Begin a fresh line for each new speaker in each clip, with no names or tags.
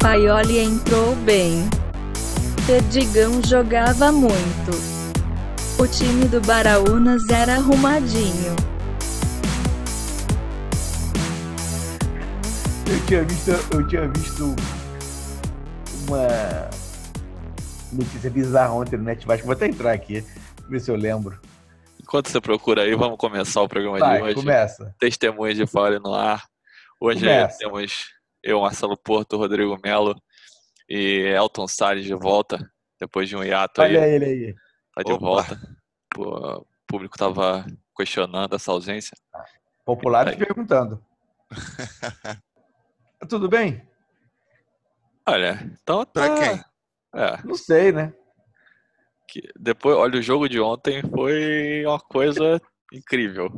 Saioli entrou bem. Perdigão jogava muito. O time do Baraunas era arrumadinho.
Eu tinha visto, eu tinha visto uma notícia bizarra ontem no Net Vasco. Vou até entrar aqui, ver se eu lembro.
Enquanto você procura aí, vamos começar o programa de
Vai,
hoje.
começa.
Testemunhas de Fale no ar. Hoje
Começa.
temos eu, Marcelo Porto, Rodrigo Melo e Elton Salles de volta, depois de um hiato aí,
Olha ele aí.
tá de
Opa.
volta. Pô, O público tava questionando essa ausência.
Popular
Aí.
te perguntando. Tudo bem?
Olha, então tá...
Pra quem?
É,
Não sei, né?
que depois, olha, o jogo de ontem foi uma coisa incrível.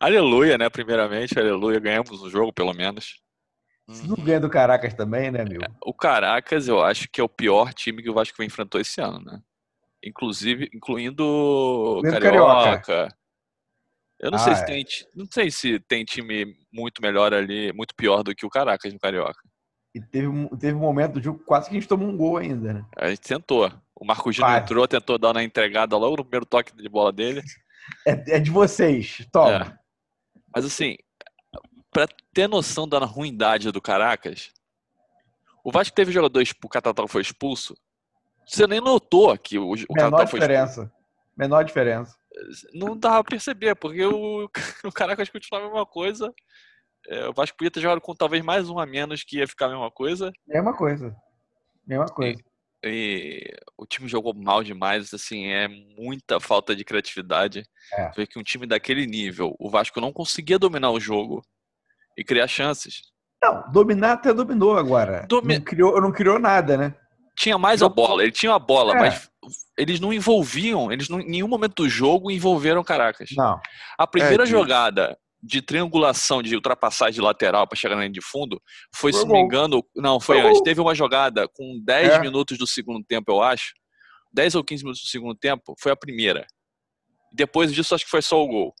Aleluia, né? Primeiramente, aleluia, ganhamos o jogo, pelo menos.
Uhum.
Se não ganha do Caracas também, né, meu?
O Caracas, eu acho que é o pior time que o Vasco enfrentou esse ano, né? Inclusive, incluindo o
Incluindo o
Carioca. Eu não
Ah,
sei se
é.
tem, ti- não sei se tem time muito melhor ali, muito pior do que o Caracas no Carioca.
E teve, um- teve um momento do jogo que quase que a gente tomou um gol ainda, né?
A gente tentou. O Marcos Júnior
Quase.
entrou, tentou dar na entregada logo no primeiro toque de bola dele.
É, é de vocês, toma.
É. Mas assim, pra ter noção da ruindade do Caracas, o Vasco teve jogador expulso, o Catatal foi expulso. Você nem notou que o, o
Menor
Catatal foi expulso.
diferença. Menor diferença.
não dava pra perceber, porque o, o Caracas continuava a mesma coisa. É, o Vasco podia ter jogado com talvez mais um a menos que ia ficar a mesma coisa.
Mesma coisa. Mesma coisa.
E o time jogou mal demais, assim, é muita falta de criatividade.
É.
Ver que um time daquele nível, o Vasco não conseguia dominar o jogo e criar chances.
Não, dominar até dominou agora.
Domi-
Não, criou, não criou nada, né?
Tinha mais a bola, ele tinha a bola,
É.
mas eles não envolviam, eles não, em nenhum momento do jogo envolveram o Caracas.
Não.
A primeira
de-
jogada de triangulação, de ultrapassagem lateral para chegar na linha de fundo, foi,
Foi
se não me
gol.
engano, não, foi
Foi
antes.
gol.
Teve uma jogada com 10
É.
minutos do segundo tempo, eu acho. 10 ou 15 minutos do segundo tempo, foi a primeira. Depois disso, acho que foi só o gol.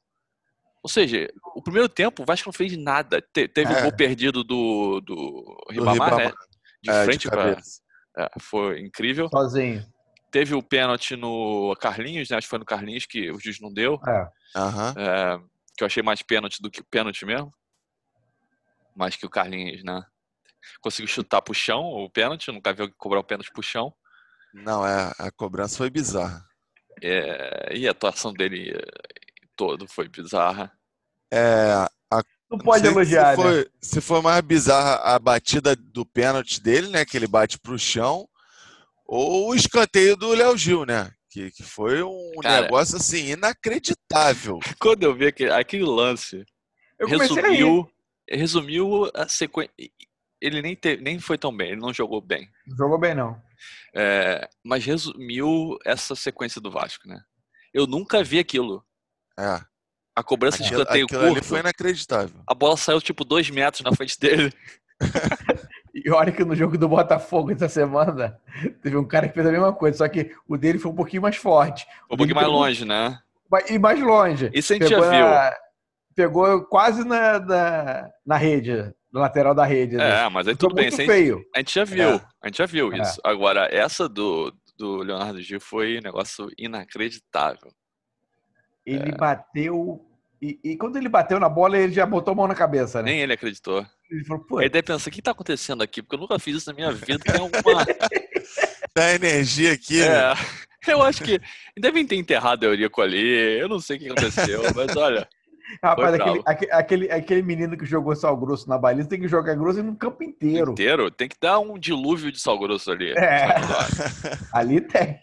Ou seja, o primeiro tempo, o Vasco não fez nada. Te- teve o
É.
gol perdido do, do
Do
Ribamar, né?
Ribamar.
De
É, de
frente pra...
cabeça.
é, foi incrível.
Sozinho.
Teve o pênalti no Carlinhos, né? Acho que foi no Carlinhos que o juiz não deu.
É.
Aham.
É, que eu achei mais pênalti do que pênalti mesmo. Mais que o Carlinhos, né? Conseguiu chutar pro chão o pênalti, nunca viu que cobrar o pênalti pro chão.
Não, é, a cobrança foi bizarra.
É, e a atuação dele eh, todo foi bizarra.
É,
Não
não
pode
sei
elogiar, né?
se foi, se foi mais bizarra a batida do pênalti dele, né? Que ele bate pro chão, ou o escanteio do Léo Gil, né? Que, que foi um
Cara.
negócio assim inacreditável.
Quando eu vi aquele, aquele lance,
Eu comecei a rir.
resumiu, resumiu a sequência. Ele nem, te- nem foi tão bem, ele não jogou bem.
Não jogou bem, não.
É, mas resumiu essa sequência do Vasco, né? Eu nunca vi aquilo.
É,
A cobrança de
aquilo,
escanteio
aquilo ali
curto,
foi inacreditável.
a bola saiu tipo dois metros na frente dele.
E olha que no jogo do Botafogo essa semana, teve um cara que fez a mesma coisa, só que o dele foi um pouquinho mais forte.
Foi um pouquinho mais longe, né?
Mas- E mais longe.
Isso a gente já viu.
na- pegou quase na, na, na rede, no lateral da rede. né?
É, mas aí
Ficou
tudo bem.
muito
isso A gente,
feio.
a gente já viu.
É.
A gente já viu
É.
isso. Agora, essa do, do Leonardo Gil foi um negócio inacreditável. É.
Ele bateu... E, e quando ele bateu na bola, ele já botou a mão na cabeça, né?
Nem ele acreditou.
Ele falou, pô,
Ele deve pensar, o que tá acontecendo aqui? Porque eu nunca fiz isso na minha vida. Tem alguma...
Da energia aqui, né?
É, eu acho que devem ter enterrado a Eurico ali. Eu não sei o que aconteceu, mas olha...
rapaz,
foi
aquele, aque- aquele, aquele menino que jogou sal grosso na baliza tem que jogar grosso no campo inteiro.
Inteiro, tem que dar um dilúvio de sal grosso ali.
É. Ali tem.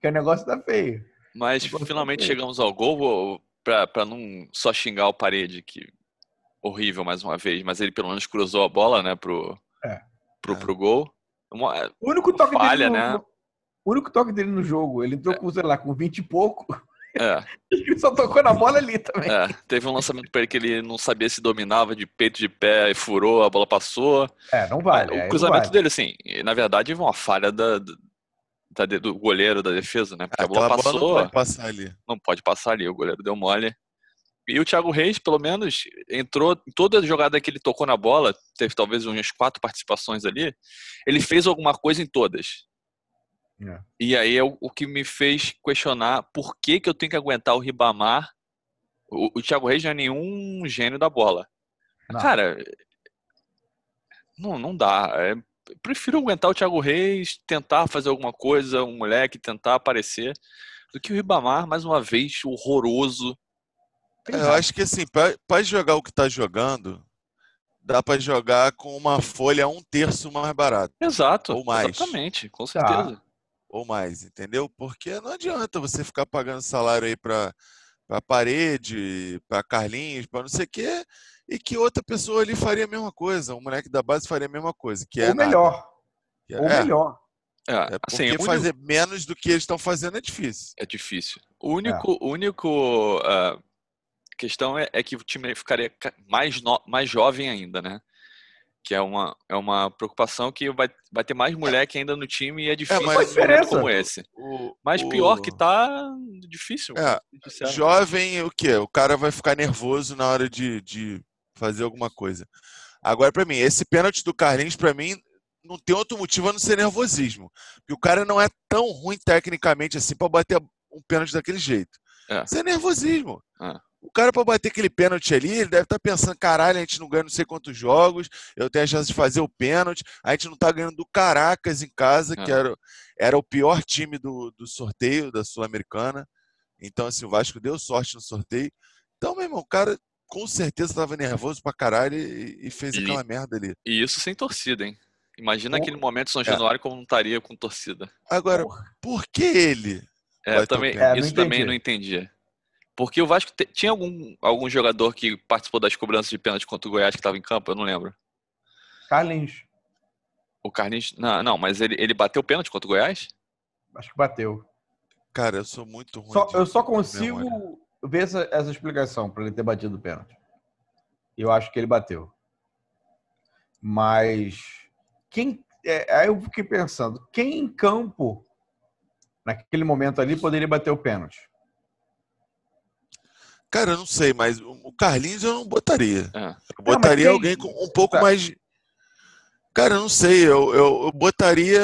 Que o negócio tá feio.
Mas
Agora,
finalmente
ok.
chegamos ao gol, vou- pra pra não só xingar o parede, que horrível mais uma vez, mas ele pelo menos cruzou a bola, né, pro,
É.
pro,
É.
pro gol. Uma- é,
O único toque
Falha,
dele
né?
no, o único toque dele no jogo, ele entrou com, sei lá, com 20 e pouco,
é,
ele só tocou na bola ali também.
é. teve um lançamento para ele que ele não sabia se dominava de peito de pé, e furou, a bola passou.
É, não vale. aí
o
não
cruzamento
vale.
dele, assim, na verdade, foi uma falha da, da- do goleiro da defesa, né? Porque a bola
Aquela bola
passou.
não pode passar ali.
não pode passar ali. O goleiro deu mole. E o Thiago Reis, pelo menos, entrou em toda jogada que ele tocou na bola, teve talvez umas quatro participações ali, ele fez alguma coisa em todas.
É.
E aí é o, o que me fez questionar por que, que eu tenho que aguentar o Ribamar. O, o Thiago Reis não é nenhum gênio da bola.
Não.
Cara, não, não dá. É, prefiro aguentar o Thiago Reis, tentar fazer alguma coisa, um moleque, tentar aparecer, do que o Ribamar, mais uma vez, horroroso.
É, Eu acho que assim, para jogar o que tá jogando, dá para jogar com uma folha um terço mais barata
Exato.
Ou mais.
Exatamente, com
Tá.
certeza.
ou mais, entendeu? Porque não adianta você ficar pagando salário aí para para parede, para Carlinhos, para não sei o quê, e que outra pessoa ali faria a mesma coisa, um moleque da base faria a mesma coisa, que é
ou melhor.
nada, que é,
Ou melhor.
É,
é porque
assim, o único-
fazer menos do que eles estão fazendo é difícil.
é difícil. O único, o único ah, questão é, é que o time ficaria ca- mais, no- mais jovem ainda, né? Que é uma, é uma preocupação que vai, vai ter mais moleque ainda no time e é difícil
mas-
num momento
Diferença.
como esse.
O-
Mas
o-
pior que tá, difícil.
É,
sincero.
Jovem, é o quê? O cara vai ficar nervoso na hora de, de fazer alguma coisa. Agora, pra mim, esse pênalti do Carlinhos, pra mim, não tem outro motivo a não ser nervosismo. Porque o cara não é tão ruim tecnicamente assim pra bater um pênalti daquele jeito.
É.
Isso é nervosismo.
É.
O cara, pra bater aquele pênalti ali, ele deve estar pensando: caralho, a gente não ganha não sei quantos jogos, eu tenho a chance de fazer o pênalti, a gente não tá ganhando do Caracas em casa, que
É.
era, era o pior time do, do sorteio da Sul-Americana. Então, assim, o Vasco deu sorte no sorteio. Então, meu irmão, o cara com certeza tava nervoso pra caralho e, e fez
Ele-
aquela merda ali.
E isso sem torcida, hein? Imagina
Porra.
aquele momento São
É.
Januário como não estaria com torcida.
Agora, por que ele?
É,
Vai ter
também,
o pênalti.
É, não
isso também
entendi.
não entendia. Porque o Vasco te- tinha algum, algum jogador que participou das cobranças de pênalti contra o Goiás que estava em campo? Eu não lembro.
Carlinhos.
O Carlinhos. Não, não mas ele, ele bateu pênalti contra o Goiás?
Acho que bateu.
Cara, eu sou muito ruim.
Só-
de-
eu só
de
consigo
memória.
ver essa, essa explicação para ele ter batido o pênalti. Eu acho que ele bateu. Mas quem é, aí eu fiquei pensando, quem em campo naquele momento ali poderia bater o pênalti?
Cara, eu não sei, mas o o Carlinhos eu não botaria.
É.
Eu
mas
botaria
quem-
alguém com um pouco
Tá.
mais. de- Cara, eu não sei. Eu, eu, eu botaria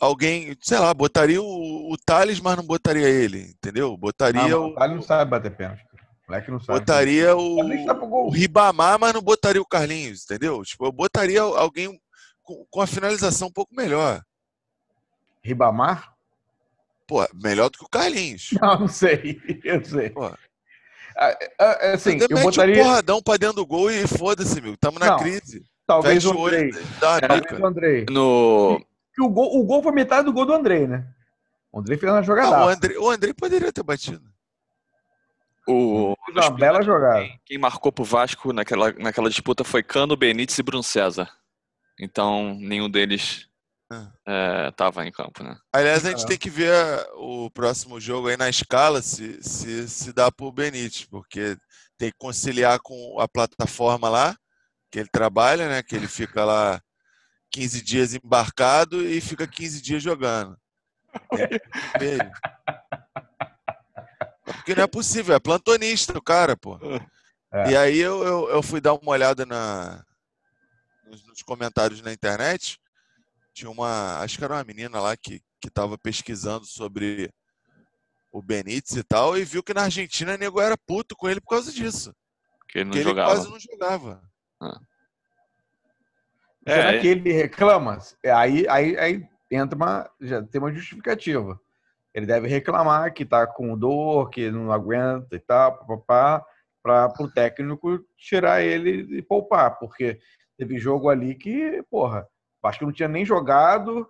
alguém, sei lá, botaria o, o Thales, mas não botaria ele, entendeu?
Ah,
Botaria
mas o
o.
Thales não sabe bater pênalti. O moleque não sabe.
Botaria
O
o,
Carlinhos tá pro gol.
o Ribamar, mas não botaria o Carlinhos, entendeu? Tipo, eu botaria al- alguém com, com a finalização um pouco melhor.
Ribamar?
Pô, melhor do que o Carlinhos.
Não, não sei. Eu sei.
Pô.
Ah, ah, Assim,
Você
eu
mete um
botaria
porradão pra dentro do gol e foda-se, amigo. Tamo na
Não,
crise.
talvez
Fecha
o
o olho,
Andrei.
dá uma
Talvez o
dica.
Andrei.
No.
Porque o gol, o gol foi metade do gol do Andrei, né? O Andrei fez uma jogada.
Não, Ah, o, André, o André poderia ter batido.
O,
Fez uma bela jogada.
quem, quem marcou pro Vasco naquela, naquela disputa foi Cano, Benítez e Bruno César. Então, nenhum deles
Ah.
é, tava em campo, né?
Aliás, a gente
Caramba.
tem que ver uh, o próximo jogo aí na escala se, se, se dá pro Benítez, porque tem que conciliar com a plataforma lá, que ele trabalha, né? Que ele fica lá 15 dias embarcado e fica 15 dias jogando. É Tem que ver ele. Porque não é possível, é plantonista o cara, pô.
É.
E aí eu, eu, eu fui dar uma olhada na, nos, nos comentários na internet. Tinha uma. Acho que era uma menina lá que, que tava pesquisando sobre o Benítez e tal, e viu que na Argentina o nego era puto com ele por causa disso.
Porque ele não
Porque ele
jogava.
quase não jogava.
É,
Será
é.
que ele reclama? Aí, aí, aí entra uma, já tem uma justificativa. Ele deve reclamar que tá com dor, que não aguenta e tal, papapá, para o técnico tirar ele e poupar, porque teve jogo ali que, porra, acho que não tinha nem jogado,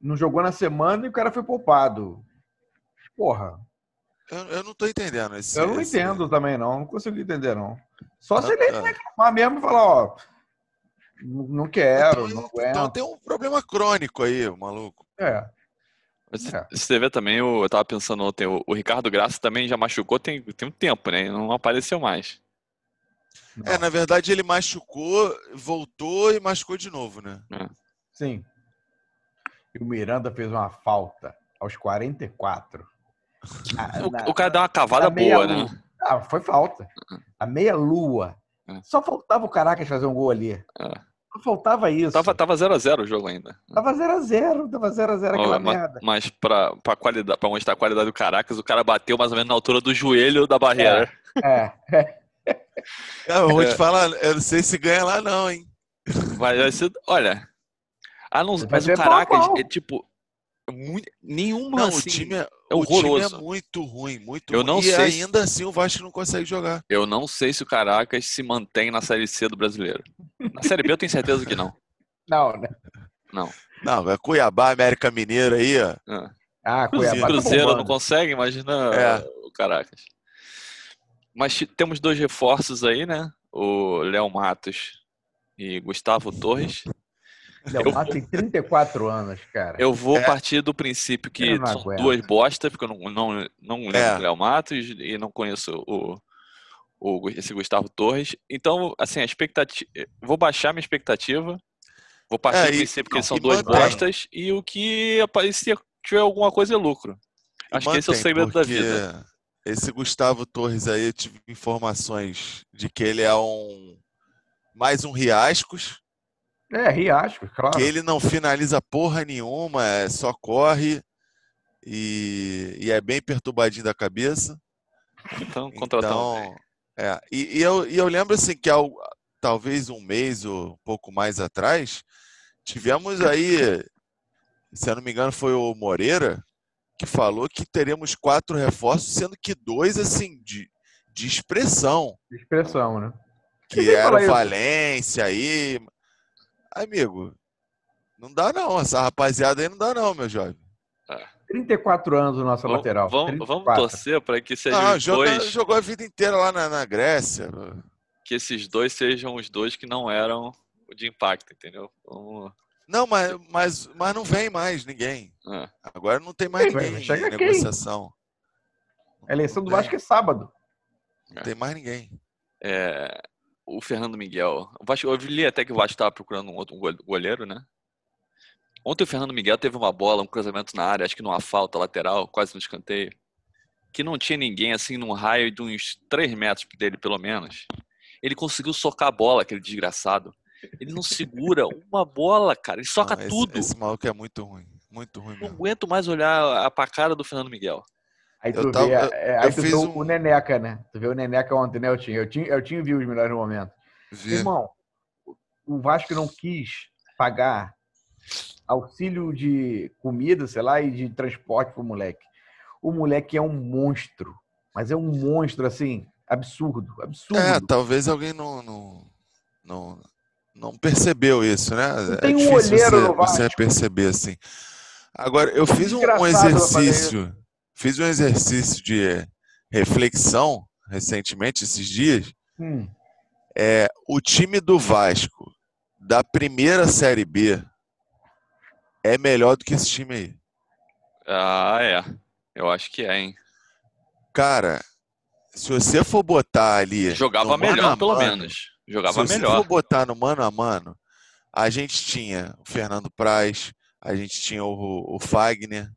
não jogou na semana e o cara foi poupado. Porra,
Eu, eu não tô entendendo esse.
eu não
esse-
entendo né, também não, não consigo entender não. Só se
Ah,
ele
tá.
reclamar mesmo e falar, ó, não não quero, não
então, então
aguento.
tem um problema crônico aí, o maluco.
É.
Mas
É.
Você vê também, o- eu tava pensando ontem, o, o Ricardo Graça também já machucou tem, tem um tempo, né? E Não apareceu mais.
Não.
É, na verdade ele machucou, voltou e machucou de novo, né?
Sim. E o Miranda fez uma falta aos 44.
O, o cara dá uma cavada
na meia
boa,
lua.
né?
Ah, Ah, foi falta. A meia-lua.
É.
Só faltava o Caracas fazer um gol ali.
É.
Só faltava isso.
Tava 0x0 o jogo ainda.
Tava 0x0, tava 0x0 aquela
Olha, ma-
merda.
mas pra, pra, qualidade, pra mostrar a qualidade do Caracas, o cara bateu mais ou menos na altura do joelho da barreira.
É.
É, Eu vou te falar, eu não sei se ganha lá não, hein?
Mas vai ser- olha. Ah, não,
Vai
mas
ser
o Caracas
pau a pau.
é tipo. muito- nenhuma
Não,
assim,
o time é,
é
o time é
horroroso.
muito ruim, muito
Eu
ruim.
não
e
sei se-
ainda assim o Vasco não consegue jogar.
Eu não sei se o Caracas se mantém na Série C do brasileiro. Na Série B eu tenho certeza que não.
Não, né?
Não, é Cuiabá, América Mineiro aí, ó.
Ah.
Ah,
Cruzeiro,
Cuiabá tá
Cruzeiro não
bombando.
consegue, imagina
É.
o Caracas. Mas ti- temos dois reforços aí, né? O Léo Matos e Gustavo Torres.
Léo Matos tem 34 anos, cara.
Eu vou
É.
partir do princípio que
Eu não
são
aguento.
duas bostas, porque eu não, não, não lembro
É.
do Léo Matos e não conheço o, o- esse Gustavo Torres. Então, assim, a expectativa. Vou baixar minha expectativa. Vou partir
É,
do
e-
princípio que
não,
são
e
duas
mantém.
bostas e o que aparecer tiver alguma coisa é lucro. Acho que esse é o
Mantém,
segredo da
porque
vida.
Esse Gustavo Torres aí, eu tive informações de que ele é um mais um Riascos,
É, Riasco, claro.
que ele não finaliza porra nenhuma, é só corre e, e é bem perturbadinho da cabeça.
Então, contratamos.
Então, é, e, e eu, e eu lembro assim que ao, talvez um mês ou um pouco mais atrás, tivemos aí, se eu não me engano, foi o Moreira que falou que teremos quatro reforços, sendo que dois assim de, de expressão,
de Expressão, né? Quem
que
vai falar
era o
isso?
Valência aí. Amigo, não dá não, essa rapaziada aí não dá não, meu jovem.
34 anos o nosso
Vamos,
lateral.
vamos, vamos
34.
torcer para que sejam
Ah,
os
joga-
dois,
jogou a vida inteira lá na, na Grécia.
que esses dois sejam os dois que não eram de impacto, entendeu? Vamos-
Não, mas, mas, mas não vem mais ninguém.
é.
Agora não tem mais
Quem vai?
ninguém
Chega
em
quem?
negociação.
A eleição do
Não tem-
Vasco é sábado.
Não tem mais ninguém.
É, o Fernando Miguel. O Vasco, eu li até que o Vasco estava procurando um outro gole- goleiro, né? Ontem o Fernando Miguel teve uma bola, um cruzamento na área, acho que numa falta lateral, quase no escanteio, que não tinha ninguém assim num raio de uns 3 metros dele, pelo menos. Ele conseguiu socar a bola, aquele desgraçado. Ele não segura uma bola, cara. Ele soca
Não, esse-
tudo.
Esse maluco é muito ruim. Muito ruim
Não
mesmo.
aguento mais olhar a pra cara do Fernando Miguel.
Aí
Eu
tu
tava-
vê,
eu-
é, aí
eu
tu
fiz
vê o-
um-
o Neneca, né? Tu vê o Neneca ontem, né, eu tinha. Eu tinha, eu tinha viu os melhores momentos.
Vi.
Irmão, o Vasco não quis pagar auxílio de comida, sei lá, e de transporte pro moleque. O moleque é um monstro. Mas é um monstro, assim, absurdo. Absurdo.
É, talvez alguém não, não, não, não percebeu isso, né? é
tem um
difícil
olheiro
você,
no Vasco.
você perceber assim. Agora, eu fiz um, um
Desgraçado pra fazer
exercício. Fiz um exercício de eh, reflexão recentemente, esses dias.
Hum.
É, o time do Vasco da primeira Série B é melhor do que esse time aí.
Ah, é. Eu acho que é, hein?
Cara, se você for botar ali.
Jogava
no mano
melhor,
a
pelo
mano,
menos. Jogava
se você
melhor.
for botar no mano a mano, a gente tinha o Fernando Praz, a gente tinha o, o Fagner.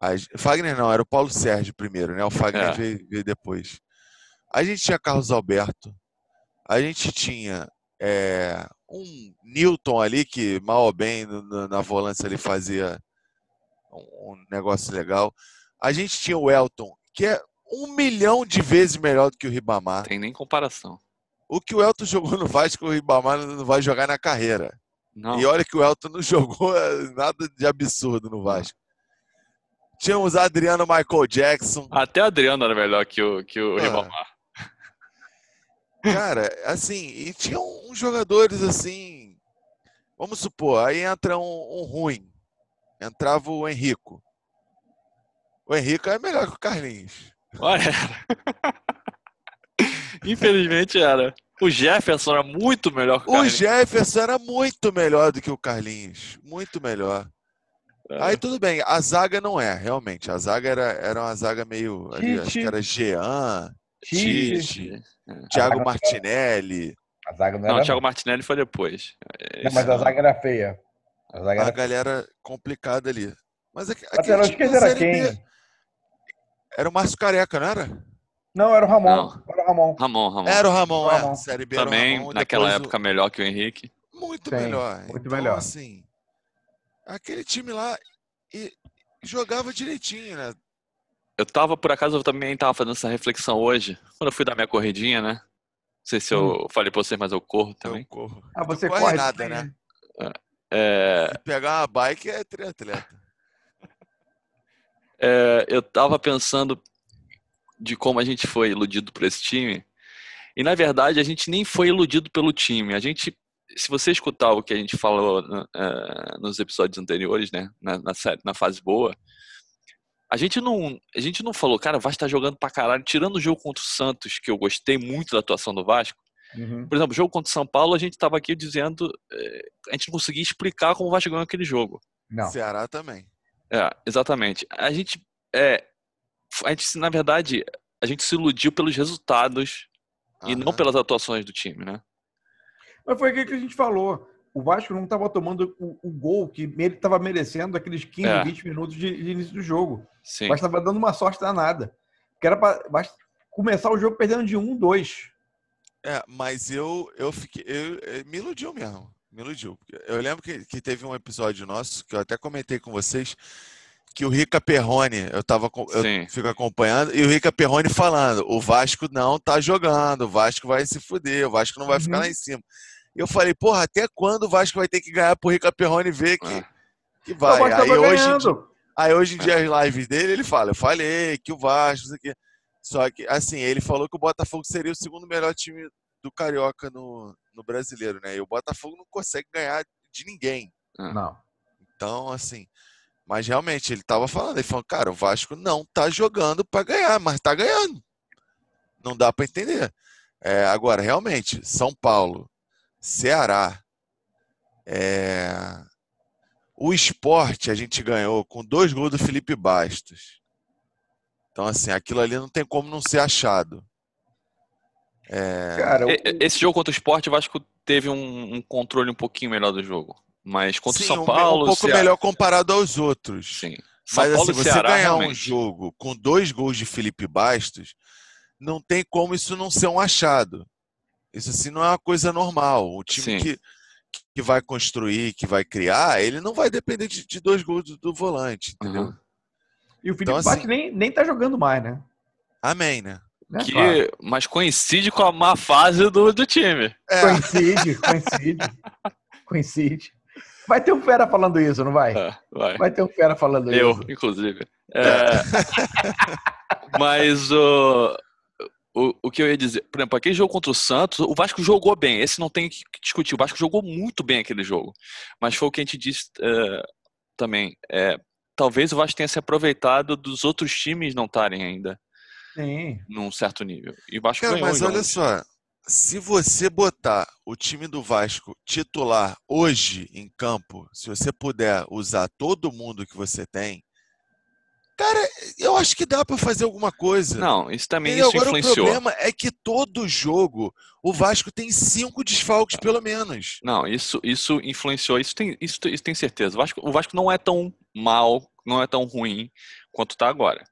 a gen- Fagner não, era o Paulo Sérgio primeiro, né? O Fagner
É.
veio, veio depois. A gente tinha Carlos Alberto. A gente tinha é, um Newton ali que mal ou bem no- no- na volância ele fazia um, um negócio legal. A gente tinha o Elton, que é um milhão de vezes melhor do que o Ribamar.
Tem nem comparação.
O que o Elton jogou no Vasco, o Ribamar não vai jogar na carreira.
Não.
E olha que o Elton não jogou eh, nada de absurdo no Vasco. Tínhamos Adriano Michael Jackson.
Até o Adriano era melhor que o, que o
Ah.
Ribamar.
Cara, assim, e tinha um- uns jogadores assim. Vamos supor, aí entra um, um ruim. Entrava o Henrico. O Henrico é melhor que o Carlinhos.
Olha, era. Infelizmente era. O Jefferson era muito melhor que o
O
Carlinhos.
Jefferson era muito melhor do que o Carlinhos. Muito melhor.
É.
Aí tudo bem, a zaga não é, realmente. A zaga era, era uma zaga meio. ali, acho que
Tite.
era Jean,
Tite.
Tite, Thiago Martinelli.
A zaga não,
Não, o
era.
Thiago Martinelli foi depois. É
não, mas a zaga era feia. A zaga
Uma
era feia.
galera complicada ali. Mas é aque- aquele
Lateral
time
esquerdo
da
era
Série B
quem?
era o Márcio Careca, não era?
Não, era o Ramon.
Não.
Era o Ramon.
Ramon, Ramon.
Era o Ramon, é.
Ramon.
Série B era o
Também,
Ramon,
naquela
depois o-
época, melhor que o Henrique.
Muito
Sim,
melhor.
muito
então,
melhor.
assim, aquele time lá e jogava direitinho, né?
Eu tava, por acaso, eu também tava fazendo essa reflexão hoje, quando eu fui dar minha corridinha, né? Não sei se
Hum.
eu falei pra vocês, mas eu corro
Eu
também.
corro.
Ah, você
corre
corre,
nada,
sim.
né?
É,
Se pegar uma bike é triatleta.
é, eu tava pensando de como a gente foi iludido por esse time. E, na verdade, a gente nem foi iludido pelo time. A gente, se você escutar o que a gente falou né, eh, nos episódios anteriores, né? Na, na, série- na fase boa, a gente não, a gente não falou, cara, o Vasco tá jogando pra caralho. Tirando o jogo contra o Santos, que eu gostei muito da atuação do Vasco,
Uhum.
Por exemplo, jogo contra o São Paulo, a gente estava aqui dizendo. eh, A gente não conseguia explicar como o Vasco ganhou aquele jogo.
Não.
Ceará também.
É, exatamente. A gente. É, a gente, se- na verdade, a gente se iludiu pelos resultados e não
Aham.
pelas atuações do time, né?
Mas foi aquilo que a gente falou. O Vasco não estava tomando o, o gol que ele estava merecendo aqueles 15,
É.
20 minutos de, de início do jogo.
Sim.
O Vasco estava dando uma sorte danada. Que era para começar o jogo perdendo de 1, 2.
É, mas eu, eu fiquei. Eu, eu- me iludiu mesmo. Me iludiu. Eu lembro que, que teve um episódio nosso, que eu até comentei com vocês, que o Rica Perrone, eu tava. com- Eu
Sim.
fico acompanhando, e o Rica Perrone falando: o Vasco não tá jogando, o Vasco vai se fuder, o Vasco não vai ficar
Uhum.
lá em cima. Eu falei, porra, até quando o Vasco vai ter que ganhar pro Rica Perrone ver que,
É.
que
Então, O
vai?
Vasco
Aí
estava
hoje, em dia-
ganhando.
aí hoje em dia as lives dele, ele fala, eu falei que o Vasco, isso aqui. Só que, assim, ele falou que o Botafogo seria o segundo melhor time do Carioca no, no brasileiro, né? E o Botafogo não consegue ganhar de ninguém.
Não.
Então, assim. Mas realmente, ele tava falando, ele falou, cara, o Vasco não tá jogando pra ganhar, mas tá ganhando. Não dá pra entender. É, agora, realmente, São Paulo, Ceará, é, o esporte a gente ganhou com dois gols do Felipe Bastos. Então, assim, aquilo ali não tem como não ser achado. É,
Cara, o-
E- e- Esse jogo contra o Sport, o Vasco teve um, um controle um pouquinho melhor do jogo. Mas contra o
sim,
São
um-
Paulo.
um pouco
Ceará-
melhor comparado aos outros.
Sim. São
Mas
Paulo
assim,
e
você
Ceará,
ganhar um
realmente.
jogo com dois gols de Felipe Bastos, não tem como isso não ser um achado. Isso assim não é uma coisa normal. O time
Sim.
que, que vai construir, que vai criar, ele não vai depender de, de dois gols do, do volante, entendeu?
Aham.
e o Felipe
então, assim-
Bastos nem, nem tá jogando mais, né?
Amém, né?
Né,
Que,
claro.
Mas coincide com a má fase do, do time.
É,
Coincide, coincide. coincide. Vai ter um fera falando isso, não vai?
É, vai.
Vai ter um fera falando
Eu,
isso.
inclusive. É, Mas o, o, o que eu ia dizer, por exemplo, aquele jogo contra o Santos, o Vasco jogou bem. Esse não tem o que discutir. O Vasco jogou muito bem aquele jogo. Mas foi o que a gente disse é, também. É, talvez o Vasco tenha se aproveitado dos outros times não estarem ainda
Sim.
num certo nível. E o Vasco
cara,
ganhou. então.
mas
os
olha
jogos.
só. Se você botar o time do Vasco titular hoje em campo, se você puder usar todo mundo que você tem, cara, eu acho que dá pra fazer alguma coisa.
Não, isso também
E
isso
agora o
influenciou.
problema é que todo jogo o Vasco tem cinco desfalques pelo menos.
Não, isso, isso influenciou, isso tem, isso, isso tem certeza. O Vasco, o Vasco não é tão mal, não é tão ruim quanto tá agora.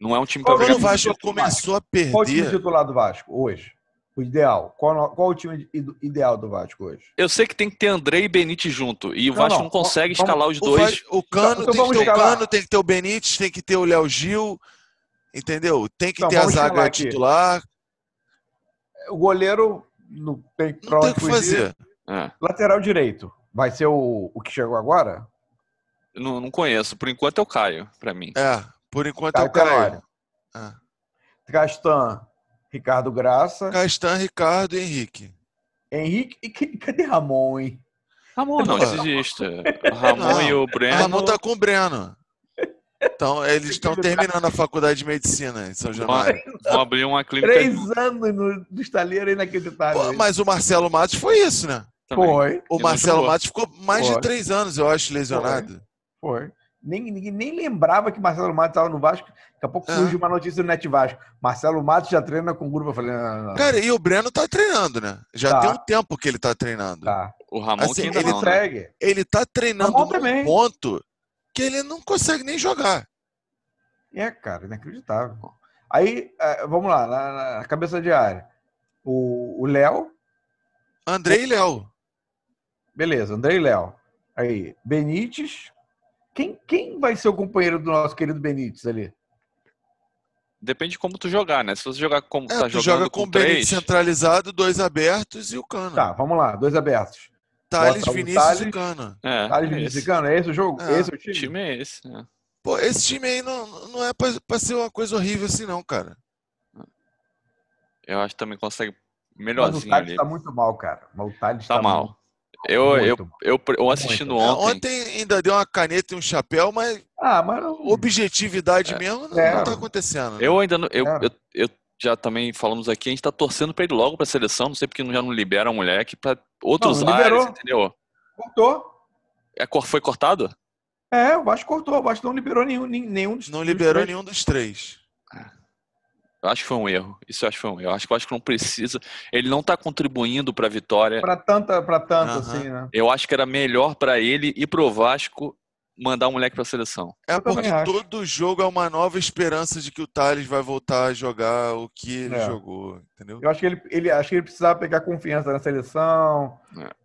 Não é um time pra
Qual
Quando
brigar
o
time
Vasco
titular?
começou a
Qual o time
perder,
titular do Vasco hoje? O ideal. Qual, no- qual o time de- ide- ideal do Vasco hoje?
Eu sei que tem que ter André e Benítez junto. E o
Não,
Vasco
não,
não consegue
vamos-
escalar os
o,
dois.
Vasco- o Cano
Então
tem que
vamos
ter o
escalar.
Cano, tem que ter o Benítez, tem que ter o Léo Gil, entendeu? Tem que
Então,
ter a
vamos escalar
zaga
aqui.
titular,
O goleiro não tem pra
não tem o
onde
que
fugir.
fazer.
É,
Lateral direito. Vai ser o, o que chegou agora?
eu não, não conheço. Por enquanto é o Caio, pra mim.
É, por enquanto
Caio
é o Caio.
Tenório.
Ah.
Castan, Ricardo Graça,
Castan, Ricardo e Henrique.
Henrique e que- cadê Ramon, hein?
Ramon, não,
Não.
desista. O Ramon
Não.
e o
O
Breno.
Ramon tá com o Breno. Então, eles estão terminando a faculdade de medicina em São Januário.
Vão abrir um uma clínica
Três anos no, no estaleiro é inacreditável.
Pô, mas o Marcelo Matos foi isso, né?
também.
Foi,
O
Ele
Marcelo
jogou.
Matos ficou mais de
Foi.
três anos, eu acho, lesionado.
foi. Nem, ninguém nem lembrava que Marcelo Matos estava no Vasco. Daqui a pouco
É.
surge uma notícia no Net Vasco. Marcelo Matos já treina com o grupo. Eu falei, não, não, não.
Cara, e o Breno tá treinando, né? Já
Tá.
tem um tempo que ele tá treinando.
tá.
O Ramon
Assim,
que ainda
Ele
não, né?
segue.
Ele tá treinando
Ramon
num
também.
ponto que ele não consegue nem jogar.
É, cara, inacreditável. Aí, eh, vamos lá, na, na cabeça de área. O o Léo,
Andrei e Léo.
beleza, André e Léo. Aí, Benítez. Quem, quem vai ser o companheiro do nosso querido Benítez ali?
Depende de como tu jogar, né? Se você jogar como
É,
tá
tu
jogando
joga com
com
o Benítez
três,
centralizado, dois abertos e o Cano.
Ah.
Tá, vamos lá, dois abertos.
Thales,
Bota o
Vinícius e
Thales.
Cano.
é,
Thales
é
Vinícius e
esse.
Cano, é esse o jogo?
É,
esse é o
O
time?
time é esse. é.
Pô, esse time aí não, não é pra, pra ser uma coisa horrível assim, não, cara.
Eu acho que também consegue
Mas o
melhorzinho
Thales
ali.
está muito mal, cara. Mas o Thales
Tá
tá
mal.
muito-
Eu, eu,
muito Ah, mal.
eu, eu assistindo
É,
ontem,
ontem ainda deu uma caneta e um chapéu, mas
Ah, mas não-
objetividade mesmo não,
É.
não tá acontecendo. né?
eu ainda não. Eu,
Cara.
eu, eu já também falamos aqui, a gente tá torcendo pra ele logo pra seleção. Não sei porque já não libera o moleque pra outros
Não, não
áreas,
liberou.
entendeu?
cortou.
É, cor- foi cortado?
É, o Vasco cortou. O Vasco não liberou nenhum, nem- nenhum dos
Não
dos
liberou
três.
nenhum dos três.
Eu acho que foi um erro. Isso eu acho que foi um erro. Eu acho que o Vasco não precisa. Ele não tá contribuindo pra vitória.
Pra tanta, pra tanto,
Aham.
assim, né?
Eu acho que era melhor pra ele e pro Vasco mandar o moleque pra seleção.
É
Eu também
porque
acho.
todo jogo é uma nova esperança de que o Thales vai voltar a jogar o que ele
É.
jogou, entendeu?
Eu acho que ele, ele, acho que ele precisava pegar confiança na seleção,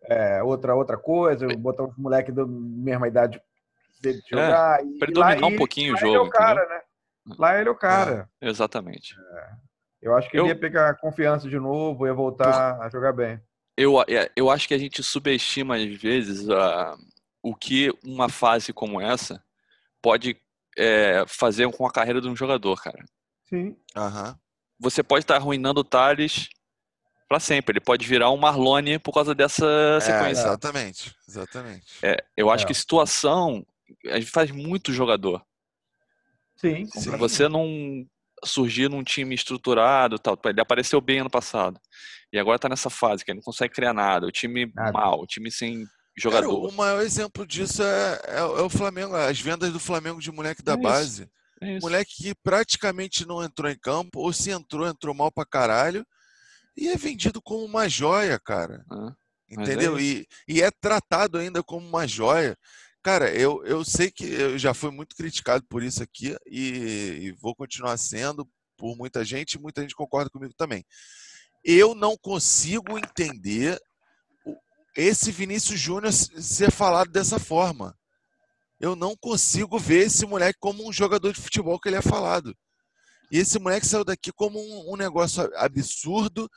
é, outra, outra coisa, botar um moleque da mesma idade dele de
É,
jogar. e-
Pra ele
e lá
dominar um
ele-
pouquinho
lá
o
ele é
jogo,
o cara, né? Lá ele é o cara.
entendeu? Exatamente.
Eu acho que
Eu-
ele ia pegar confiança de novo, ia voltar a jogar bem.
Eu, é, eu acho que a gente subestima às vezes a- o que uma fase como essa pode é, fazer com a carreira de um jogador, cara.
Sim.
Aham.
Você pode estar arruinando o Thales pra sempre. Ele pode virar um Marlone por causa dessa
É,
sequência.
exatamente, exatamente.
É, eu acho
É.
que situação a gente faz muito jogador.
Sim.
Se
Sim.
você não surgir num time estruturado, e tal, ele apareceu bem ano passado e agora tá nessa fase que ele não consegue criar nada. O time
Nada.
mal, o time sem
Cara,
jogador.
o maior exemplo disso é, é- é o Flamengo, as vendas do Flamengo de moleque da
É isso.
base.
É isso.
Moleque que praticamente não entrou em campo, ou se entrou, entrou mal pra caralho, e é vendido como uma joia, cara.
Ah, mas é
Entendeu? e, e é tratado ainda como uma joia. Cara, eu, eu sei que eu já fui muito criticado por isso aqui, e, e vou continuar sendo por muita gente, e muita gente concorda comigo também. Eu não consigo entender o- esse Vinícius Júnior s- ser falado dessa forma. Eu não consigo ver esse moleque como um jogador de futebol que ele é falado. E esse moleque saiu daqui como um, um negócio a- absurdo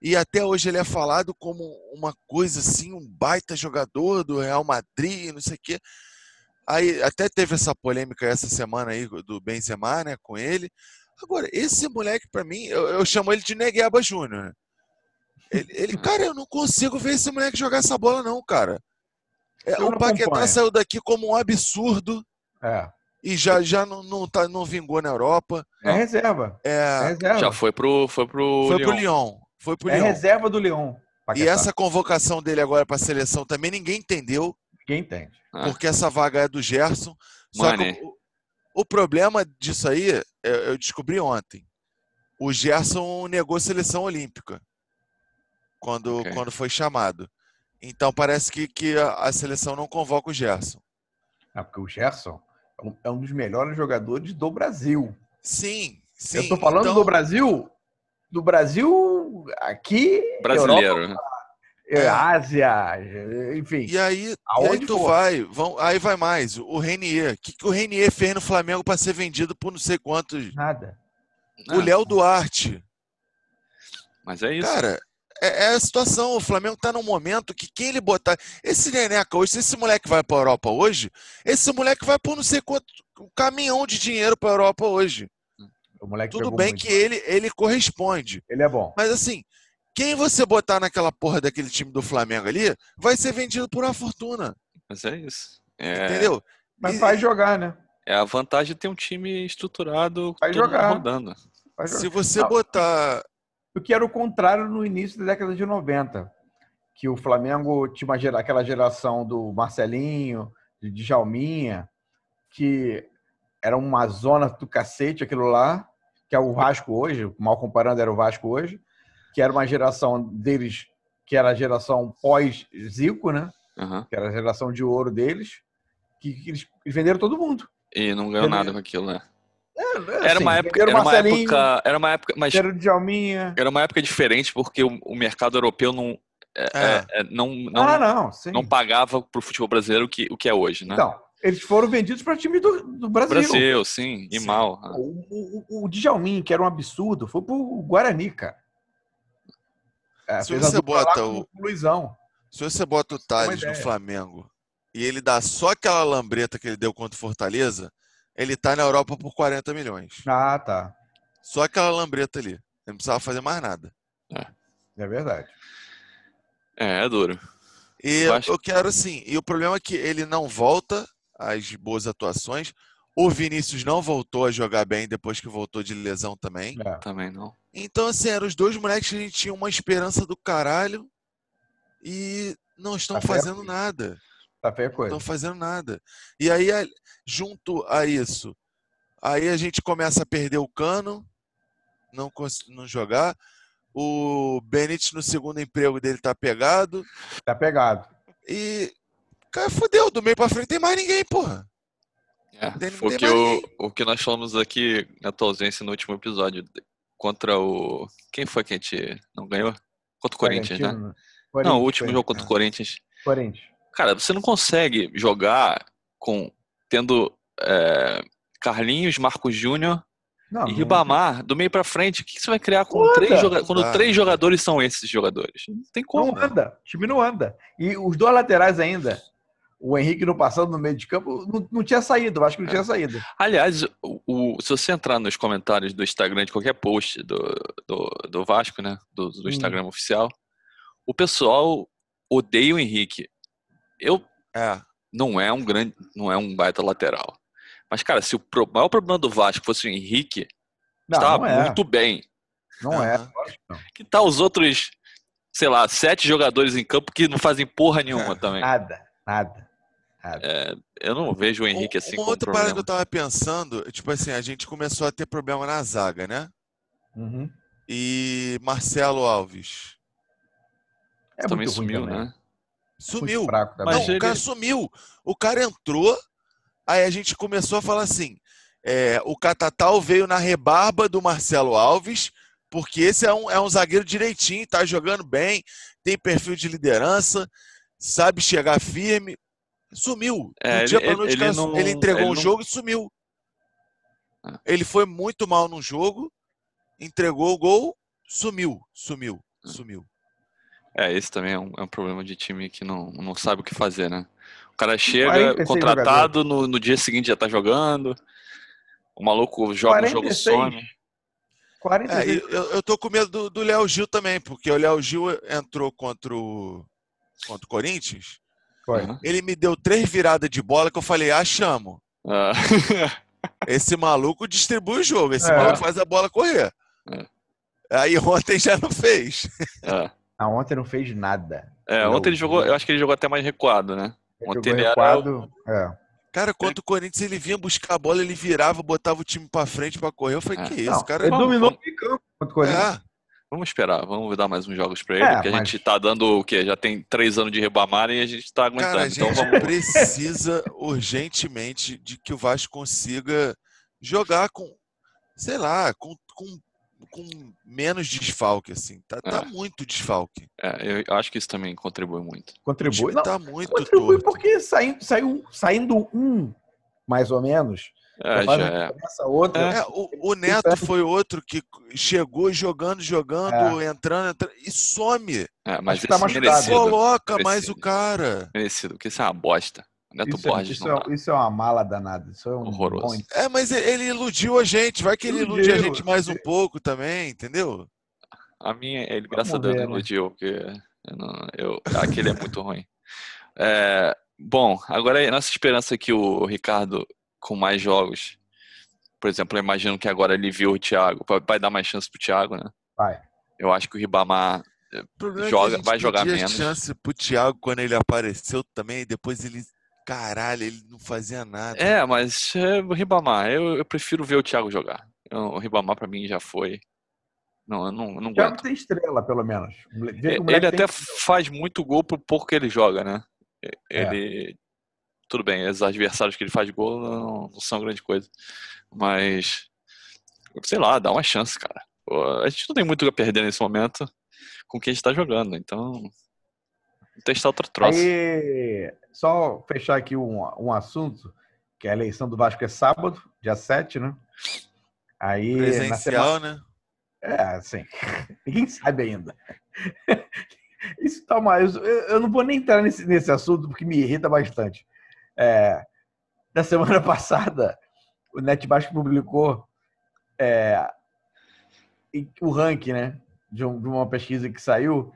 e até hoje ele é falado como uma coisa assim, um baita jogador do Real Madrid, não sei o quê. Aí até teve essa polêmica essa semana aí do Benzema, né, com ele. Agora, esse moleque pra mim, eu, eu chamo ele de Negueba Júnior. né? Ele,
Uhum.
ele- cara, eu não consigo ver esse moleque jogar essa bola não, cara. É,
Eu
o
não
Paquetá
acompanho.
saiu daqui como um absurdo
É.
e já, já não, não, tá, não vingou na Europa.
É reserva. É
É,
reserva.
Já foi pro, foi pro
foi
Lyon.
pro Lyon. Foi pro
É
Lyon.
reserva do Leão.
E essa convocação dele agora para a seleção também ninguém entendeu,
Quem entende?
Ah.
porque essa vaga é do Gerson. Só
Mané.
que o, o problema disso aí, é- eu descobri ontem. O Gerson negou seleção olímpica quando,
Ok.
quando foi chamado. Então parece que, que a, a seleção não convoca o Gerson.
É porque o Gerson é um- é um dos melhores jogadores do Brasil.
Sim, sim.
eu tô falando
então-
do Brasil, do Brasil aqui, Europa,
Brasileiro. né?
eh,
É.
Ásia, eh, enfim.
E aí, e aí
Aonde
tu
for.
vai, vão, aí vai mais. O Renier. O que, que o Renier fez no Flamengo para ser vendido por não sei quantos?
Nada.
Ah,
O Léo Duarte.
Mas é isso.
Cara, é, é a situação. O Flamengo tá num momento que quem ele botar. Esse Neneca hoje, se esse moleque vai pra Europa hoje, esse moleque vai por não sei quanto. Um caminhão de dinheiro pra Europa hoje.
O moleque
Tudo
pegou
bem
muito.
que ele, ele corresponde.
ele é bom.
Mas assim, quem você botar naquela porra daquele time do Flamengo ali, vai ser vendido por uma fortuna.
Mas é isso. É,
Entendeu?
Mas
e-
faz jogar, né?
é a vantagem de ter um time estruturado
Vai
todo mundo
jogar.
rodando.
Faz jogar.
Se você
Não.
botar.
O que era o contrário no início da década de 90, que o Flamengo tinha uma gera- aquela geração do Marcelinho, de Djalminha, que era uma zona do cacete aquilo lá, que é o Vasco hoje, mal comparando, era o Vasco hoje, que era uma geração deles, que era a geração pós-Zico, né?
Aham.
Que era a geração de ouro deles, que, que eles, eles venderam todo mundo.
E não ganhou
Ele-
nada com aquilo, né?
É,
Era
assim,
uma época,
venderam
era uma
Marcelinho,
época, era uma época, mas
venderam o Djalminha.
era uma época diferente porque o, o mercado europeu não é,
É.
é, é, não não,
Ah, não, sim.
não pagava pro futebol brasileiro o que o que é hoje, né?
Então, eles foram vendidos para time do, do Brasil.
Brasil, sim, e
Sim.
mal.
O, o, o Djalmin, que era um absurdo, foi pro Guarani, cara. É,
Se
fez a
você
dupla lá
bota
com
o-
o Luizão.
Se você bota o Thales no
É ideia.
Flamengo e ele dá só aquela lambreta que ele deu contra o Fortaleza, ele tá na Europa por 40 milhões.
Ah, tá.
Só aquela lambreta ali. Ele não precisava fazer mais nada.
É verdade.
É, é duro.
E
Eu acho-
eu quero assim, e o problema é que ele não volta às boas atuações. O Vinícius não voltou a jogar bem depois que voltou de lesão também.
É.
Também não.
Então, assim, eram os dois moleques que a gente tinha uma esperança do caralho e não estão
Tá
fazendo
certo.
nada.
Tá feia a coisa.
Não estão fazendo nada. E aí, a- junto a isso, aí a gente começa a perder o cano, não, cons- não jogar. O Benítez no segundo emprego dele tá pegado.
Tá pegado.
E. Cara, fudeu, do meio pra frente tem mais ninguém, porra.
É,
Tem-
foi
tem
o, que
mais
eu-
ninguém.
o que nós falamos aqui na tua ausência no último episódio. Contra o. Quem foi que a gente não ganhou? Contra o Corinthians, né?
Corinthians, É.
Não, o último jogo
Corinthians,
contra o Corinthians.
Corinthians.
Cara, você não consegue jogar com tendo é, Carlinhos, Marcos Júnior
Não,
e
não-
Ribamar do meio pra frente. O que que você vai criar com
Foda!
três jogadores? Quando
Ah.
três jogadores são esses jogadores? Não tem
Não
como.
anda, o time não anda. E os dois laterais ainda, o Henrique no passado no meio de campo, não, não tinha saído, eu acho que
É.
não tinha saído.
Aliás, o- o- se você entrar nos comentários do Instagram de qualquer post do, do, do Vasco, né? Do, do
Hum.
Instagram oficial, o pessoal odeia o Henrique. Eu
É.
não é um grande, não é um baita lateral. Mas, cara, se o pro- maior problema do Vasco fosse o Henrique,
Não, não
estava
é.
muito bem.
Não é,
Aham.
lógico que não.
Que tal os outros, sei lá, sete jogadores em campo que não fazem porra nenhuma também?
Nada, nada.
É.
nada.
Eu não vejo o Henrique assim
uma
como
outra parada que
problema.
eu tava pensando, tipo assim, a gente começou a ter problema na zaga, né?
Uhum.
E Marcelo Alves.
É
também
muito ruim
sumiu,
também.
né?
Sumiu.
Muito fraco também.
Mas
não,
ele-
o cara sumiu. O cara entrou, aí a gente começou a falar assim: é, o Catatal veio na rebarba do Marcelo Alves, porque esse é um, é um zagueiro direitinho, tá jogando bem, tem perfil de liderança, sabe chegar firme. Sumiu.
É,
Do
ele-
dia pra
ele-
noite,
ele
o cara
não-
su- ele entregou
ele
um
não-
jogo e sumiu.
Ah.
Ele foi muito mal num jogo, entregou o gol, sumiu, sumiu,
Ah.
sumiu.
É, esse também é um, é um problema de time que não, não sabe o que fazer, né? O cara chega
46
contratado, no, no dia seguinte já tá jogando. O maluco joga um jogo
46.
some.
46
É, e eu, eu tô com medo do, do Léo Gil também, porque o Léo Gil entrou contra o, contra o Corinthians.
foi.
Uhum.
Ele me deu três viradas de bola que eu falei, ah, chamo.
Ah,
Esse maluco distribui o jogo, esse
É.
maluco faz a bola correr.
É.
Aí ontem já não fez.
é.
Ah, ontem não fez nada.
É, ontem ele
Não.
jogou, eu acho que ele jogou até mais recuado, né? Ontem ele
jogou
era
recuado, é.
Cara, contra o Corinthians ele vinha buscar a bola, ele virava, botava o time pra frente pra correr. Eu falei,
É.
que isso,
Não,
cara?
ele
Vamos,
dominou
vamos.
o meio campo contra o Corinthians.
É,
Vamos esperar, vamos dar mais uns jogos pra ele,
É,
porque a
mas-
gente tá dando o quê? Já tem três anos de rebamar e a gente tá aguentando.
cara, a
então
gente
vamos.
precisa urgentemente de que o Vasco consiga jogar com, sei lá, com, com, com menos desfalque, assim. Tá, tá
É.
muito desfalque.
É, eu acho que isso também contribui muito.
O time
Contribui. Não,
tá muito
contribui um
torto.
porque saindo, saiu, saindo um, mais ou menos.
É,
Faz-
já é.
Começa outra.
É, o, o Neto foi outro que chegou jogando, jogando,
É.
entrando, entrando, e some.
É, mas
que tá
esse
machucado.
merecido,
Coloca
Merecido.
mais o cara.
merecido, porque isso é uma bosta. Neto
Isso, é,
Borges
isso,
não
é,
dá.
isso é uma mala danada. Isso é um
Horroroso.
bom-
É, mas e- ele iludiu a gente. Vai que ele ilude a
Iludiu.
gente mais um pouco também, entendeu?
A minha, ele, graças a
Vamos
Deus,
ver,
não
né?
iludiu, porque eu não- eu- aquele é muito ruim. É, bom, agora a nossa esperança é que o Ricardo, com mais jogos, por exemplo, eu imagino que agora ele viu o Thiago, vai- vai dar mais chance pro Thiago, né?
Vai.
Eu acho que o Ribamar
O problema é que
Joga-
a gente
vai jogar
pedia
menos.
chance pro Thiago quando ele apareceu também, e depois ele. Caralho, ele não fazia nada.
É, mas é, o Ribamar, eu, eu prefiro ver o Thiago jogar. Eu- o Ribamar pra mim já foi. Não, eu não, eu não
Já não
aguento.
tem estrela, pelo menos. O
É,
moleque- vê é que o
E-
moleque
Ele
tem-
até faz muito gol pro pouco que ele joga, né? E-
É.
Ele tudo bem, os adversários que ele faz gol não, não são grande coisa. Mas, sei lá, dá uma chance, cara. Pô, a gente não tem muito a perder nesse momento com quem a gente tá jogando, então. Testar outra troça.
Aí, só fechar aqui um, um assunto, que a eleição do Vasco é sábado, dia 7, né? Aí, na
Presencial,
semana-
né?
É, assim. Ninguém sabe ainda. Isso tá mais. Eu, eu não vou nem entrar nesse, nesse assunto porque me irrita bastante. É, na semana passada, o NetBasque publicou é, e- o ranking, né? De, um- de uma pesquisa que saiu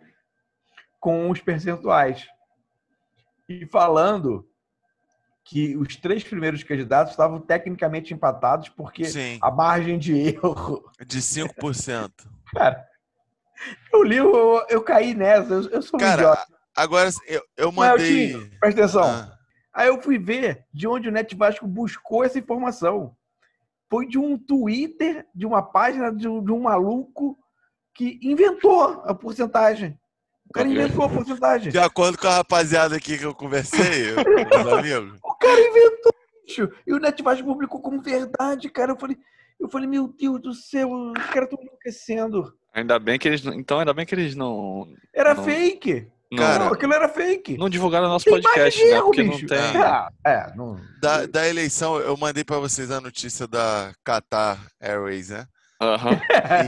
com os percentuais. E falando que os três primeiros candidatos estavam tecnicamente empatados porque
Sim,
a margem de erro
de 5%.
Eu li, eu, eu caí nessa, eu, eu sou um
Cara,
idiota.
a- agora eu, eu
Mas,
mandei.
Tinho, presta atenção.
Ah,
Aí eu fui ver de onde o Net Vasco buscou essa informação. Foi de um Twitter, de uma página de um, de um maluco que inventou a porcentagem. O cara inventou a porcentagem.
de acordo com a rapaziada aqui que eu conversei, eu- meus amigos.
O cara inventou, bicho. E o Net Vasco publicou como verdade, cara. Eu falei, eu falei, meu Deus do céu, os caras estão enlouquecendo.
Ainda bem que eles. não- Então, ainda bem que eles não.
Era
Não.
fake.
Não,
Cara,
não, aquilo era fake.
não divulgaram o nosso
Tem mais
podcast,
de
né?
erro,
Porque
bicho.
não tem.
Ah, é, não...
Da, da eleição, eu mandei pra vocês a notícia da Qatar Airways, né?
Aham.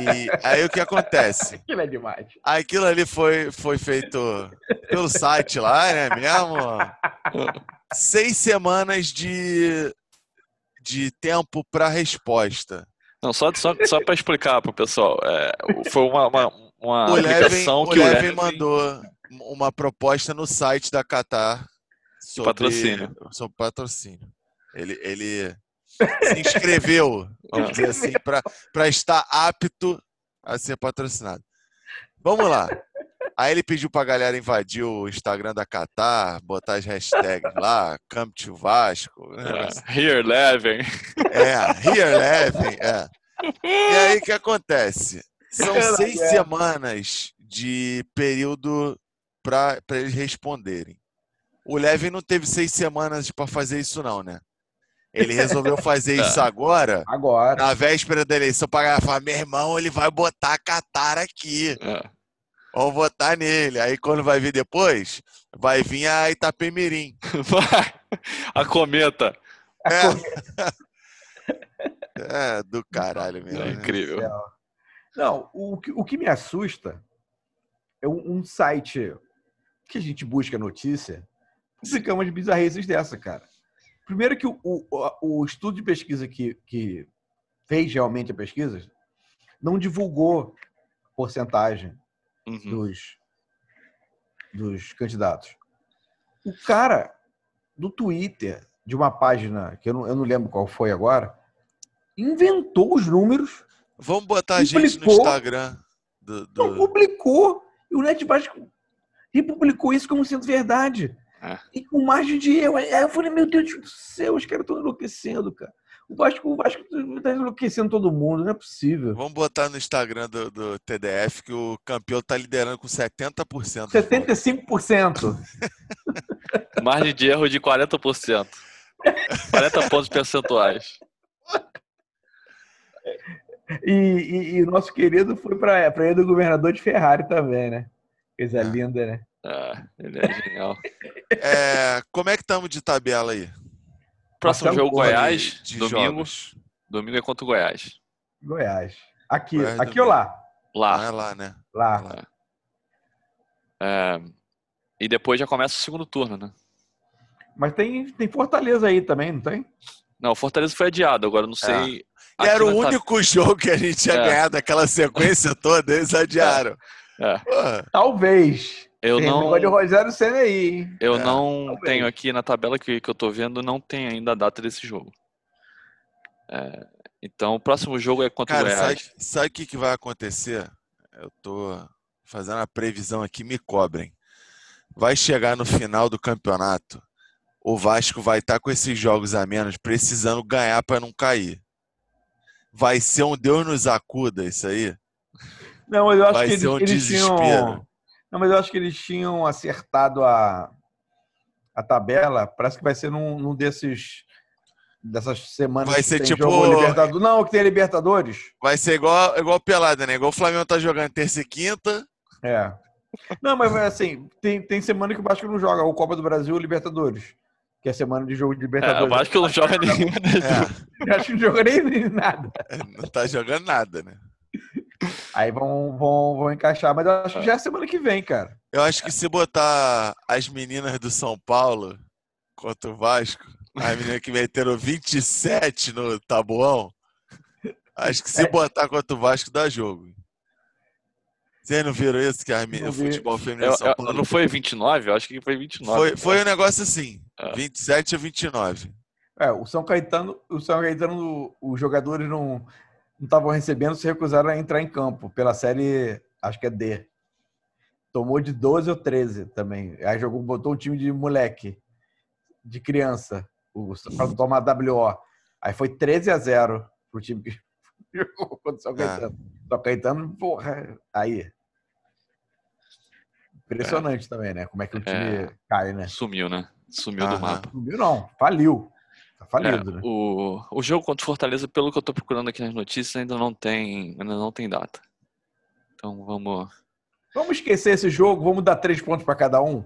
E aí o que acontece?
Aquilo é demais.
Aquilo ali foi, foi feito pelo site lá, né mesmo? Seis semanas de, de tempo para resposta.
Não, só, só, só para explicar pro pessoal, é, o- foi uma, uma, uma
o Levin,
aplicação
o
que o
Levin
Levin
mandou uma proposta no site da Qatar sobre
patrocínio.
sobre patrocínio. Ele, ele se inscreveu, vamos dizer assim, para estar apto a ser patrocinado. Vamos lá. Aí ele pediu pra galera invadir o Instagram da Qatar, botar as hashtags lá, Camp to Vasco. né?
É, Here, Levin.
É, Here Levin, é. E aí o que acontece? São
Ela
seis
é.
semanas de período para eles responderem. O Levin não teve seis semanas para fazer isso, não, né? Ele resolveu fazer isso agora,
Agora.
na véspera da eleição, para galera falar: meu irmão, ele vai botar a Qatar aqui.
É.
Vamos votar nele. Aí quando vai vir depois, vai vir a Itapemirim.
Vai. A cometa.
É, é do caralho mesmo.
É
né?
incrível.
Não, o, que- o que me assusta é um, um site que a gente busca notícia, publicamos bizarrices dessa, cara. Primeiro que o, o, o estudo de pesquisa que, que fez realmente a pesquisa não divulgou a porcentagem
Uhum.
dos, dos candidatos. O cara do Twitter, de uma página que eu não, eu não lembro qual foi agora, inventou os números
Vamos botar a
E
gente no
publicou.
Instagram. Do, do-
Não publicou. E o NetBase republicou isso como sendo verdade.
É.
E com margem de erro. Aí eu falei, meu Deus do céu, os caras estão enlouquecendo, cara. O Vasco, o Vasco tá enlouquecendo todo mundo, não é possível.
Vamos botar no Instagram do, do TDF que o campeão tá liderando com 70%. dos votos.
75%.
Margem de erro de 40%. 40 pontos percentuais.
E, e, e o nosso querido foi pra, pra ele do governador de Ferrari também, né? Coisa
É.
linda, né?
É, ele é genial.
É, como é que estamos de tabela aí?
Próximo
Marcelo
jogo,
Gomes
Goiás.
um de
domingo.
jogos?
Domingo é contra o Goiás.
Goiás. Aqui,
Goiás
aqui
do
ou lá?
Ah,
Lá.
é lá, né?
Lá.
É, e depois já começa o segundo turno, né?
Mas tem, tem Fortaleza aí também, não tem?
Não, o Fortaleza foi adiado, agora eu não sei.
E É. era
Aqui
o
na tab-
único jogo que a gente tinha
É.
ganhado aquela sequência toda, eles adiaram.
É.
Pô,
Talvez.
Eu
tem negócio de
não,
Rogério Senna aí, hein?
eu
É,
não
talvez.
tenho aqui na tabela que, que eu tô vendo, não tem ainda a data desse jogo. É, então, o próximo jogo é contra o
cara,
Goiás.
sabe- sabe o que, que vai acontecer? Eu tô fazendo a previsão aqui, me cobrem. Vai chegar no final do campeonato, o Vasco vai estar com esses jogos a menos, precisando ganhar para não cair. Vai ser um Deus nos acuda isso aí.
Não, mas eu acho
Vai
que
ser
eles,
um
eles
desespero.
tinham. Não, mas eu acho que eles tinham acertado a, a tabela, parece que vai ser num, num desses. Dessas semanas
Vai
que
ser
tem
tipo-
jogo Libertadores. Não, que tem Libertadores.
Vai ser igual, igual pelada, né? Igual o Flamengo tá jogando terça e quinta.
É. Não, mas assim, tem, tem semana que o Vasco não joga, ou Copa do Brasil ou Libertadores. Que é semana de jogo de
tá
É,
Libertadores.
eu acho que não joga nenhuma das duas.
É,
Eu acho que não joga nem, nem nada.
não tá jogando nada, né?
Aí vão, vão, vão encaixar, mas eu acho que já é semana que vem, cara.
Eu acho que se botar as meninas do São Paulo contra o Vasco, as meninas que meteram 27 no tabuão, acho que se
É.
botar contra o Vasco dá jogo. Vocês não viram isso? Que as meninas,
Não
o
vi.
futebol feminino
Eu-
de São
eu-
Paulo
não foi 29? Eu acho que foi 29.
Foi, foi
né?
um negócio assim,
É.
27 a 29.
É, o São Caetano, o São Caetano, os jogadores não não estavam recebendo, se recusaram a entrar em campo pela série, acho que é D. Tomou de 12 ou 13 também. Aí jogou, botou um time de moleque, de criança, o- pra tomar WO. Aí foi 13 a 0 pro time que jogou contra o
É.
São
Ah.
Caetano. São Caetano, porra, aí. Impressionante também, né? Como é que o time
É.
cai, né?
Sumiu, né? Sumiu do
Aham.
mapa.
Sumiu não, faliu. Tá falido,
É,
né?
o, o jogo contra o Fortaleza, pelo que eu tô procurando aqui nas notícias, ainda não tem, ainda não tem data. Então vamos.
Vamos esquecer esse jogo, vamos dar três pontos para cada um.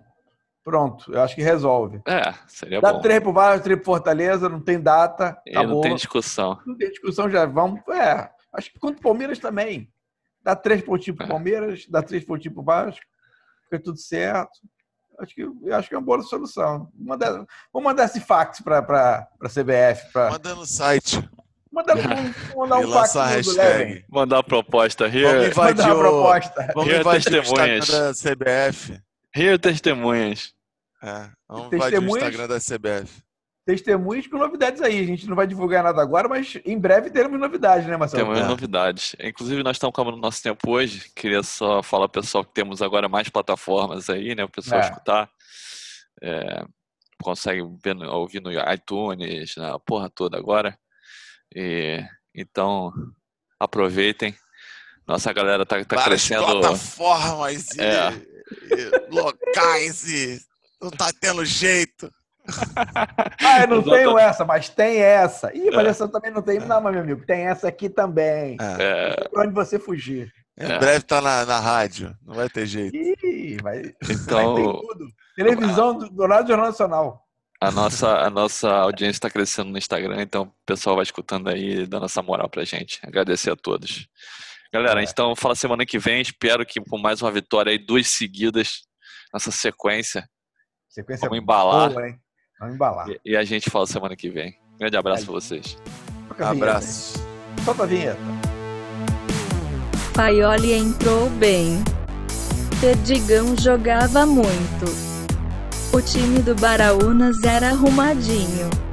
Pronto, eu acho que resolve.
É, seria
Dá
bom.
três Tá pro Vasco, três pro Fortaleza, não tem data,
E
acabou.
não tem discussão.
Não tem discussão, já vamos. É, acho que contra o Palmeiras também. Dá três pontinhos pro
É.
Palmeiras, dá três pontinhos pro Vasco, fica tudo certo. Acho que, eu acho que é uma boa solução. Mandar, vamos mandar esse fax para a CBF. Pra,
Manda no site
mandar, É. vamos mandar
e
um fax
lança a
do
hashtag.
Mandar a proposta
Vamos
here.
invadir
Mandar uma
o-
proposta.
Vamos
Eu
invadir o Instagram
testemunhas.
da CBF.
Here testemunhas.
É, vamos invadir o
Testemunhas?
Instagram da CBF.
Testemunhas com novidades aí. A gente não vai divulgar nada agora, mas em breve teremos novidades, né, Marcelo?
Temos novidades. Inclusive, nós estamos acabando o nosso tempo hoje. Queria só falar, pessoal, que temos agora mais plataformas aí, né? O pessoal
É.
escutar. É, consegue ver no- ouvir no iTunes, na porra toda agora. E, então, aproveitem. Nossa galera tá, tá
Várias
crescendo.
plataformas e,
É.
e locais e não tá tendo jeito.
Ah, eu não tenho
Exatamente.
essa, mas tem essa. Ih, mas
É.
essa também não tem. Não, mas meu amigo, tem essa aqui também.
É,
É,
Pra onde você fugir.
Em
É.
breve tá na, na rádio, não vai ter jeito.
Ih, vai, vai ter
então,
tudo. Televisão do, do lado do Jornal Nacional.
a nossa, a nossa audiência está crescendo no Instagram, então o pessoal vai escutando aí, dando essa moral pra gente. Agradecer a todos. Galera,
É.
então fala semana que vem. Espero que com mais uma vitória aí, duas seguidas, nessa sequência.
Sequência
Vamos embalar.
boa, hein? Vamos embalar.
E, e a gente fala semana que vem. Grande abraço pra vocês.
Toca a vinheta,
Abraço.
hein? Solta a vinheta.
Paioli entrou bem. Perdigão jogava muito. O time do Baraunas era arrumadinho.